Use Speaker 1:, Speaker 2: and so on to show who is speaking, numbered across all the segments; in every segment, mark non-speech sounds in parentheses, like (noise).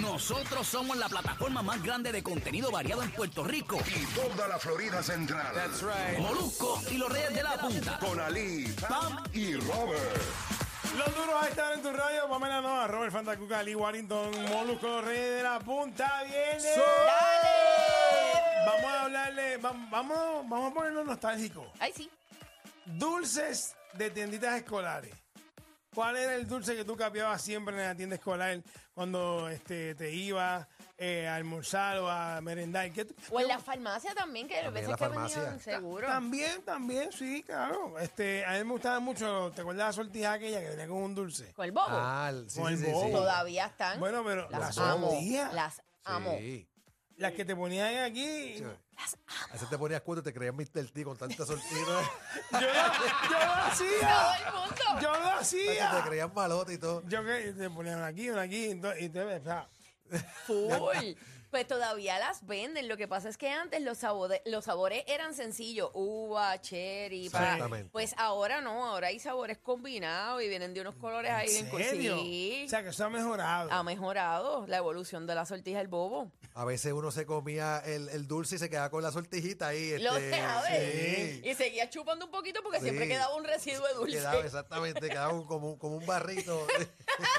Speaker 1: Nosotros somos la plataforma más grande de contenido variado en Puerto Rico.
Speaker 2: y toda la Florida Central.
Speaker 3: That's right.
Speaker 1: Molusco y los Reyes de la Punta.
Speaker 2: Con Ali, Pam y Robert.
Speaker 3: Los duros están en tu radio. Pamela Noa, Robert Fantacuca, Lee Warrington, Molusco, Rey de la Punta. ¡Viene! Vamos a hablarle, vam- vamos, vamos a ponernos nostálgicos.
Speaker 4: Ay, sí.
Speaker 3: Dulces de tienditas escolares. ¿Cuál era el dulce que tú capeabas siempre en la tienda escolar cuando este, te ibas eh, a almorzar o a merendar? ¿Qué tú-
Speaker 4: O en la farmacia también, que a
Speaker 5: También
Speaker 4: veces
Speaker 5: en la
Speaker 4: que
Speaker 5: farmacia.
Speaker 4: venían seguro.
Speaker 3: También, también, sí, claro. Este, a mí me gustaba mucho, ¿te acuerdas la sortija aquella que venía con un dulce?
Speaker 4: Con el bobo.
Speaker 5: Ah, sí,
Speaker 3: Con el
Speaker 5: sí, sí,
Speaker 3: bobo.
Speaker 5: sí.
Speaker 4: Todavía están.
Speaker 3: Bueno, pero
Speaker 4: las
Speaker 3: la
Speaker 4: amo.
Speaker 3: sortija.
Speaker 4: Las amo.
Speaker 5: Sí.
Speaker 3: Las que te ponían aquí.
Speaker 5: Sí. A veces te ponías cuatro y te creías Mr. T con ¿eh? tanta
Speaker 4: (laughs)
Speaker 5: sortida.
Speaker 3: Yo, lo- yo lo
Speaker 4: Todo
Speaker 3: hacía.
Speaker 4: el mundo.
Speaker 3: Yo lo
Speaker 5: te
Speaker 3: hacía.
Speaker 5: creías malote y todo.
Speaker 3: Yo que te ponían una aquí, una aquí, ento- y te o sea,
Speaker 4: Full. Pues todavía las venden. Lo que pasa es que antes los sabores, los sabores eran sencillos. Uva, cherry, pa-
Speaker 5: Exactamente.
Speaker 4: Pues ahora no, ahora hay sabores combinados y vienen de unos colores ahí bien
Speaker 3: ¿En serio?
Speaker 4: Sí.
Speaker 3: O sea, que eso ha mejorado.
Speaker 4: Ha mejorado la evolución de la sortija del bobo.
Speaker 5: A veces uno se comía el, el dulce y se quedaba con la sortijita ahí.
Speaker 4: Lo
Speaker 5: este,
Speaker 4: dejaba
Speaker 5: sí.
Speaker 4: Y seguía chupando un poquito porque
Speaker 5: Sí.
Speaker 4: siempre quedaba un residuo de dulce.
Speaker 5: Quedaba exactamente, quedaba un- como, un- como un
Speaker 4: (laughs)
Speaker 5: barrito.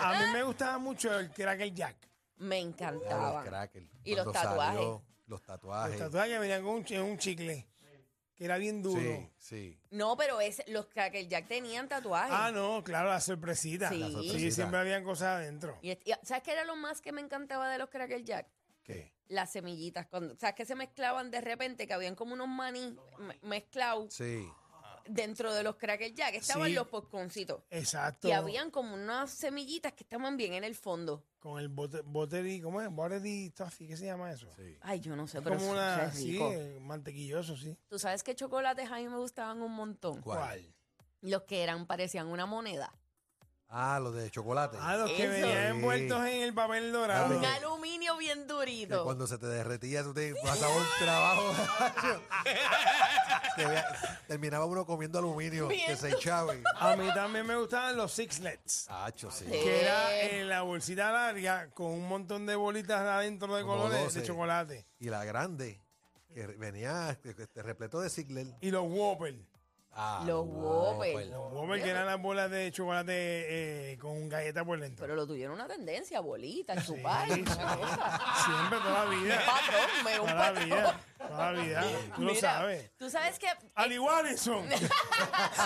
Speaker 3: A mí me gustaba mucho el Cracker Jack.
Speaker 4: Me
Speaker 5: (laughs) Ah,
Speaker 4: encantaba.
Speaker 5: los crackers.
Speaker 4: Y los
Speaker 5: Cuando
Speaker 4: tatuajes.
Speaker 5: salió, los tatuajes.
Speaker 3: Los tatuajes que venían con un, chi- un chicle, que era bien duro.
Speaker 5: Sí, sí.
Speaker 4: No, pero es, los Cracker Jack tenían tatuajes.
Speaker 3: Ah, no, claro, la sorpresita.
Speaker 4: Sí. La
Speaker 5: sorpresita.
Speaker 3: Sí, siempre habían cosas adentro.
Speaker 4: Y, es- y- ¿Sabes qué era lo más que me encantaba de los Cracker Jack?
Speaker 5: ¿Qué?
Speaker 4: Las semillitas. Cuando, ¿Sabes que se mezclaban de repente? Que habían como unos maní me- mezclados
Speaker 5: Sí.
Speaker 4: dentro de los Cracker Jack. Estaban
Speaker 3: Sí.
Speaker 4: los popcorncitos.
Speaker 3: Exacto.
Speaker 4: Y habían como unas semillitas que estaban bien en el fondo.
Speaker 3: Con el bote- buttery, ¿cómo es? Buttery toffee, ¿qué se llama eso?
Speaker 5: Sí.
Speaker 4: Ay, yo no sé, pero
Speaker 3: Como
Speaker 4: eso
Speaker 3: una,
Speaker 4: es
Speaker 3: sí,
Speaker 4: rico.
Speaker 3: eh, mantequilloso, sí.
Speaker 4: Tú sabes qué chocolates a mí me gustaban un montón.
Speaker 5: ¿Cuál?
Speaker 4: Los que eran, parecían una moneda.
Speaker 5: Ah, los de chocolate.
Speaker 3: Ah, los que
Speaker 4: Eso.
Speaker 3: venían
Speaker 5: Sí.
Speaker 3: envueltos en el papel dorado.
Speaker 4: Un
Speaker 5: Claro.
Speaker 4: aluminio bien
Speaker 5: Que
Speaker 4: durito.
Speaker 5: Ah, cuando se te derretía, tú te pasaba un trabajo. (laughs) Te vea- terminaba uno comiendo aluminio que se echaba. y-
Speaker 3: A mí también me gustaban los sixlets.
Speaker 5: Acho, sí.
Speaker 4: Sí.
Speaker 3: Que era eh, la bolsita larga con un montón de bolitas adentro de
Speaker 5: Como
Speaker 3: colores
Speaker 5: 12.
Speaker 3: de chocolate.
Speaker 5: Y la grande, que re- venía este, repleto de Ziggler.
Speaker 3: Y los Whopper.
Speaker 5: Ah, pues.
Speaker 4: Los Whopper.
Speaker 3: Los Whopper que eran las bolas de chocolate eh, con galleta por dentro.
Speaker 4: Pero lo tuvieron una tendencia, bolita, chupar, una cosa.
Speaker 3: (laughs) Siempre, toda la vida.
Speaker 4: Un patrón, me- un
Speaker 3: Toda la
Speaker 4: patrón.
Speaker 3: vida. Toda la vida. Tú lo
Speaker 4: Mira,
Speaker 3: sabes.
Speaker 4: Tú sabes que
Speaker 3: Ali
Speaker 4: (laughs)
Speaker 3: Warrison.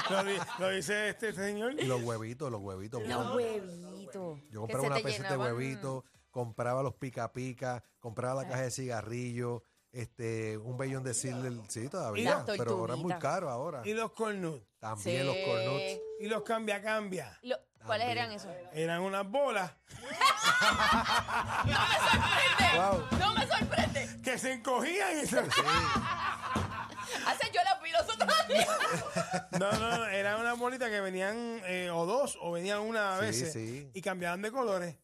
Speaker 3: lo, di- lo dice este señor.
Speaker 5: Y los huevitos, los huevitos.
Speaker 4: los
Speaker 5: mano.
Speaker 4: huevitos.
Speaker 5: Yo
Speaker 4: que
Speaker 5: compraba
Speaker 4: se
Speaker 5: una
Speaker 4: te
Speaker 5: peseta de
Speaker 4: llenaban- Ah.
Speaker 5: huevitos, compraba los pica pica, compraba la caja de cigarrillos, este, un vellón de Ziggler. Sí, todavía.
Speaker 4: Las
Speaker 5: Pero ahora es muy
Speaker 4: tortuguitas.
Speaker 5: caro ahora.
Speaker 3: Y los cornuts.
Speaker 5: También
Speaker 4: Sí.
Speaker 5: los cornuts.
Speaker 3: Y los cambia cambia.
Speaker 4: Lo- ¿Cuáles eran esos?
Speaker 3: Eran unas bolas
Speaker 4: ¡No me sorprende!
Speaker 5: Wow.
Speaker 4: ¡No me sorprende!
Speaker 3: que se encogían y se...
Speaker 4: Hace yo la vi los otros días.
Speaker 3: (laughs) No, no, no, eran unas bolitas que venían eh, o dos o venían una a
Speaker 5: Sí,
Speaker 3: veces
Speaker 5: sí.
Speaker 3: y cambiaban de colores.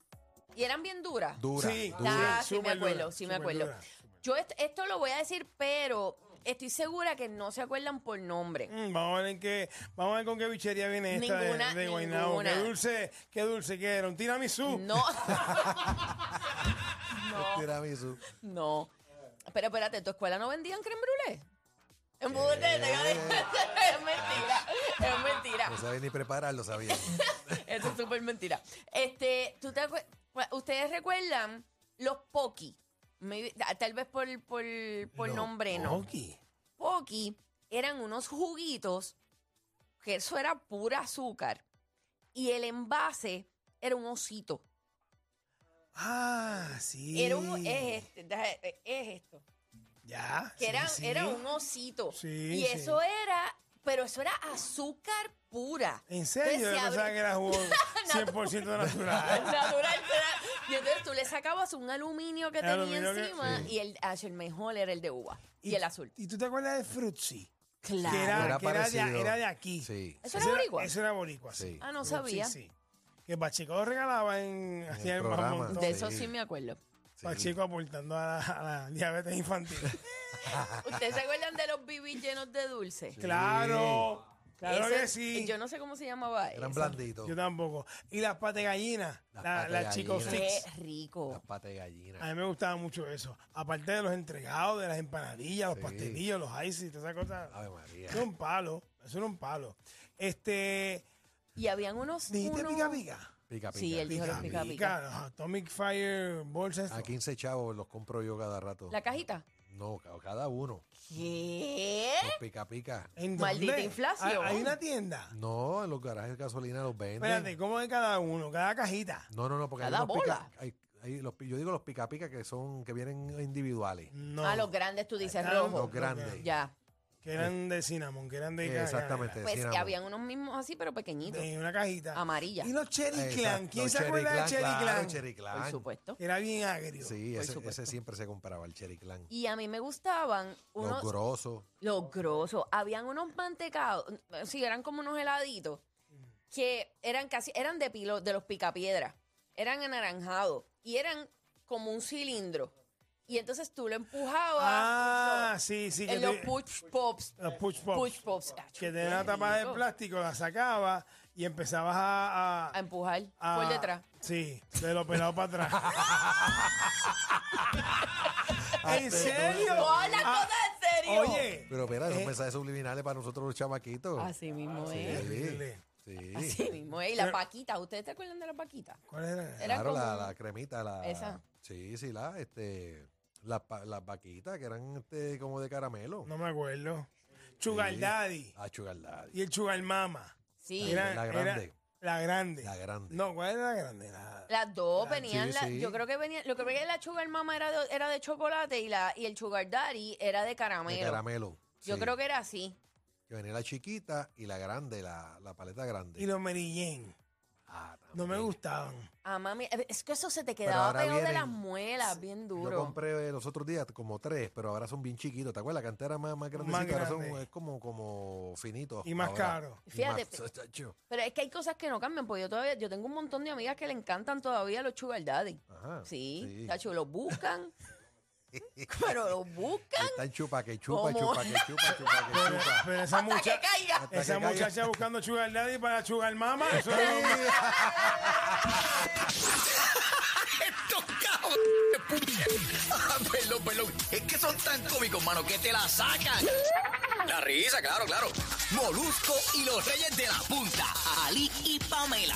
Speaker 4: Y eran bien duras.
Speaker 5: Dura,
Speaker 3: Sí.
Speaker 5: dura.
Speaker 4: Ah, sí me
Speaker 3: Súper
Speaker 4: acuerdo,
Speaker 3: dura,
Speaker 4: sí me
Speaker 3: súper
Speaker 4: acuerdo.
Speaker 3: dura.
Speaker 4: Yo est- esto lo voy a decir, pero estoy segura que no se acuerdan por nombre.
Speaker 3: Mm, vamos a ver en qué, vamos a ver con qué bichería viene esta de-
Speaker 4: Ninguna,
Speaker 3: de, Guaynabo. Qué
Speaker 4: ninguna.
Speaker 3: dulce, qué dulce que era, un tiramisú.
Speaker 4: No,
Speaker 5: El tiramisú.
Speaker 4: no. Pero espérate, ¿en tu escuela no vendían creme brûlée? Embuste, te iba a decir- (laughs) Es mentira, es mentira.
Speaker 5: No sabía ni prepararlo, sabía.
Speaker 4: Eso es súper mentira. Este, ¿tú te acue- ¿Ustedes recuerdan los Poki? Maybe- Tal vez por, por, por nombre, ¿no?
Speaker 3: Oki.
Speaker 4: Poki eran unos juguitos que eso era pura azúcar y el envase era un osito.
Speaker 3: Ah, sí.
Speaker 4: Era un, es, este, deja- es esto.
Speaker 3: Ya.
Speaker 4: Que
Speaker 3: sí,
Speaker 4: era,
Speaker 3: sí.
Speaker 4: era un osito.
Speaker 3: Sí,
Speaker 4: y
Speaker 3: sí.
Speaker 4: eso era, pero eso era azúcar pura.
Speaker 3: En serio,
Speaker 4: Entonces,
Speaker 3: yo
Speaker 4: se
Speaker 3: pensaba
Speaker 4: abri-
Speaker 3: que era jugo 100% natural.
Speaker 4: (laughs) Natural, era- Y entonces tú le sacabas un aluminio que
Speaker 3: El
Speaker 4: tenía
Speaker 3: aluminio que-
Speaker 4: encima
Speaker 3: sí.
Speaker 4: y el, ah, el mejor era el de uva (laughs) y, el azul.
Speaker 3: ¿Y tú te acuerdas de Fruzzi?
Speaker 4: Claro.
Speaker 3: Que (laughs) era,
Speaker 5: Era
Speaker 3: que era, de,
Speaker 5: parecido.
Speaker 3: era de aquí.
Speaker 5: Sí.
Speaker 4: ¿Eso era boricua?
Speaker 3: Eso era boricua, sí.
Speaker 5: Sí.
Speaker 4: Ah, no sabía.
Speaker 3: Sí, sí. Que Pacheco lo regalaba en, hacía el
Speaker 5: programa.
Speaker 3: mamón.
Speaker 4: De eso sí
Speaker 5: Sí.
Speaker 4: me acuerdo.
Speaker 3: Pacheco aportando a la, a la diabetes
Speaker 5: (laughs)
Speaker 3: infantil.
Speaker 4: ¿Ustedes se acuerdan de los bibis llenos de dulce?
Speaker 3: Claro. Claro
Speaker 4: Ese-
Speaker 3: que sí.
Speaker 4: Yo no sé cómo se llamaba
Speaker 5: Eran
Speaker 4: eso.
Speaker 5: blanditos.
Speaker 3: Yo tampoco. Y las patas de gallina, la-
Speaker 5: Las patas
Speaker 3: las
Speaker 5: de
Speaker 3: Chico
Speaker 5: gallina.
Speaker 4: Qué
Speaker 3: Sticks.
Speaker 5: Las
Speaker 4: rico.
Speaker 5: patas de
Speaker 3: A
Speaker 5: gallina.
Speaker 3: mí me gustaba mucho eso. Aparte de los entregados, de las empanadillas, los pastelillos, los ices, todas esas cosas.
Speaker 5: Ave María.
Speaker 3: Eso era un palo. Eso era un palo. Este.
Speaker 4: Y habían unos.
Speaker 3: ¿Dijiste
Speaker 4: unos-
Speaker 3: pica pica?
Speaker 5: Pica, pica.
Speaker 4: Sí, él dijo los
Speaker 3: Pica
Speaker 4: pica
Speaker 3: pica.
Speaker 4: pica.
Speaker 3: los Atomic Fire Bolsas.
Speaker 5: A 15 chavos los compro yo cada rato.
Speaker 4: ¿La cajita?
Speaker 5: No, ca- cada uno.
Speaker 4: ¿Qué?
Speaker 5: Los pica pica.
Speaker 3: ¿En
Speaker 4: Maldita
Speaker 3: dónde?
Speaker 4: inflación.
Speaker 3: Hay hay una tienda.
Speaker 5: No, en los garajes de gasolina los venden.
Speaker 3: Espérate, ¿cómo es cada uno? Cada cajita.
Speaker 5: No, no, no, porque hay
Speaker 4: Cada
Speaker 5: unos pica-
Speaker 4: bola.
Speaker 5: hay- hay los pi- yo digo los pica pica que son, que vienen individuales.
Speaker 3: No.
Speaker 4: A los grandes tú dices
Speaker 3: Claro.
Speaker 4: rojo.
Speaker 5: Los grandes.
Speaker 4: Ya.
Speaker 3: Que eran de cinnamon, que eran de
Speaker 5: Eh,
Speaker 3: ca-
Speaker 5: Exactamente.
Speaker 4: Pues
Speaker 5: cinnamon.
Speaker 4: habían unos mismos así, pero
Speaker 3: ca-
Speaker 4: pequeñitos.
Speaker 3: De una cajita.
Speaker 4: Amarilla.
Speaker 3: Y los Cherry
Speaker 5: Exacto,
Speaker 3: Clan. ¿Quién
Speaker 5: los
Speaker 3: se acuerda de Cherry
Speaker 5: claro,
Speaker 3: Clan?
Speaker 5: Cherry Clan.
Speaker 4: Por supuesto.
Speaker 3: Era bien agrio.
Speaker 5: Sí, ese,
Speaker 4: supuesto.
Speaker 5: ese siempre se compraba, el Cherry Clan.
Speaker 4: Y a mí me gustaban
Speaker 5: Los
Speaker 4: unos.
Speaker 5: grosos.
Speaker 4: Los grosos. Habían unos mantecados. Sí, eran como unos heladitos. Que eran casi. Eran de pilo, de los picapiedras. Eran anaranjados. Y eran como un cilindro. Y entonces tú lo empujabas.
Speaker 3: Ah, sí, sí. que
Speaker 4: en los
Speaker 3: te-
Speaker 4: push pops.
Speaker 3: los push pops.
Speaker 4: Push pops. Ah,
Speaker 3: que
Speaker 4: qué
Speaker 3: tenía una tapa de
Speaker 4: rico.
Speaker 3: plástico, la sacaba y empezabas a... a-
Speaker 4: A empujar
Speaker 3: a-
Speaker 4: por detrás.
Speaker 3: Sí, de lo pelado para
Speaker 5: (laughs)
Speaker 3: atrás. ¿En serio?
Speaker 4: ¡Hola, la
Speaker 3: Ah,
Speaker 4: cosa en serio!
Speaker 3: Oye.
Speaker 5: Pero espera,
Speaker 3: Eh.
Speaker 5: son mensajes subliminales para nosotros los chamaquitos.
Speaker 4: Así mismo es.
Speaker 5: Sí.
Speaker 3: Horrible.
Speaker 5: sí.
Speaker 4: Así mismo es. Y la paquita. ¿Ustedes se acuerdan de la paquita?
Speaker 3: ¿Cuál era?
Speaker 4: Era
Speaker 5: Claro, la,
Speaker 4: como-
Speaker 5: la cremita, la.
Speaker 4: Esa.
Speaker 5: Sí, sí, la, este. Las, pa- las vaquitas que eran este, como de caramelo.
Speaker 3: No me acuerdo. Sugar
Speaker 5: Sí.
Speaker 3: Daddy
Speaker 5: Ah, Sugar Daddy.
Speaker 3: y el Sugar Mama.
Speaker 4: Sí.
Speaker 3: Era-
Speaker 5: La
Speaker 3: era
Speaker 5: grande.
Speaker 3: la grande.
Speaker 5: La grande.
Speaker 3: No, ¿cuál era la grande? La-
Speaker 4: Las dos venían,
Speaker 5: Ah, sí,
Speaker 4: la-
Speaker 5: sí.
Speaker 4: yo creo que venían, lo que veía la Sugar Mama era de, era de chocolate y la y el Sugar Daddy era de caramelo.
Speaker 5: De caramelo.
Speaker 4: Yo
Speaker 5: sí.
Speaker 4: creo que era así.
Speaker 5: Que venía la chiquita y la grande, la, la paleta grande.
Speaker 3: Y los Mary Jane.
Speaker 5: Ah,
Speaker 3: No me
Speaker 5: también.
Speaker 3: gustaban.
Speaker 4: Ah, mami, es que eso se te
Speaker 5: Pero
Speaker 4: quedaba
Speaker 5: ahora
Speaker 4: pegado de
Speaker 5: vienen-
Speaker 4: las muelas, bien
Speaker 5: Yo
Speaker 4: duro.
Speaker 5: compré eh, los otros días como tres, pero ahora son bien chiquitos. ¿Te acuerdas? La cantera más, más grandecita, ahora son
Speaker 3: grande.
Speaker 5: es como, como finitos.
Speaker 3: Y más
Speaker 5: ahora.
Speaker 3: caro.
Speaker 5: Y
Speaker 4: Fíjate,
Speaker 5: más- (laughs) chacho.
Speaker 4: Pero es que hay cosas que no cambian, porque yo todavía, yo tengo un montón de amigas que le encantan todavía los Sugar Daddy.
Speaker 5: Ajá,
Speaker 4: sí,
Speaker 5: sí.
Speaker 4: tacho, los buscan. (laughs) pero los buscan
Speaker 5: Están chupa que chupa,
Speaker 4: ¿Cómo?
Speaker 5: chupa que chupa, chupa
Speaker 3: (laughs)
Speaker 5: que
Speaker 3: Pero,
Speaker 5: chupa.
Speaker 3: pero esa
Speaker 4: hasta que
Speaker 3: muchacha.
Speaker 4: caiga.
Speaker 5: Hasta
Speaker 3: Esa
Speaker 5: que caiga.
Speaker 3: muchacha buscando Sugar Daddy para Sugar Mama. Eso es lo que-
Speaker 1: Estos cabros de puñet- (laughs) Ah, Pelón, pelón. Es que son tan cómicos, mano, que te la sacan. La risa, claro, claro. Molusco y los reyes de la punta. Ali y Pamela.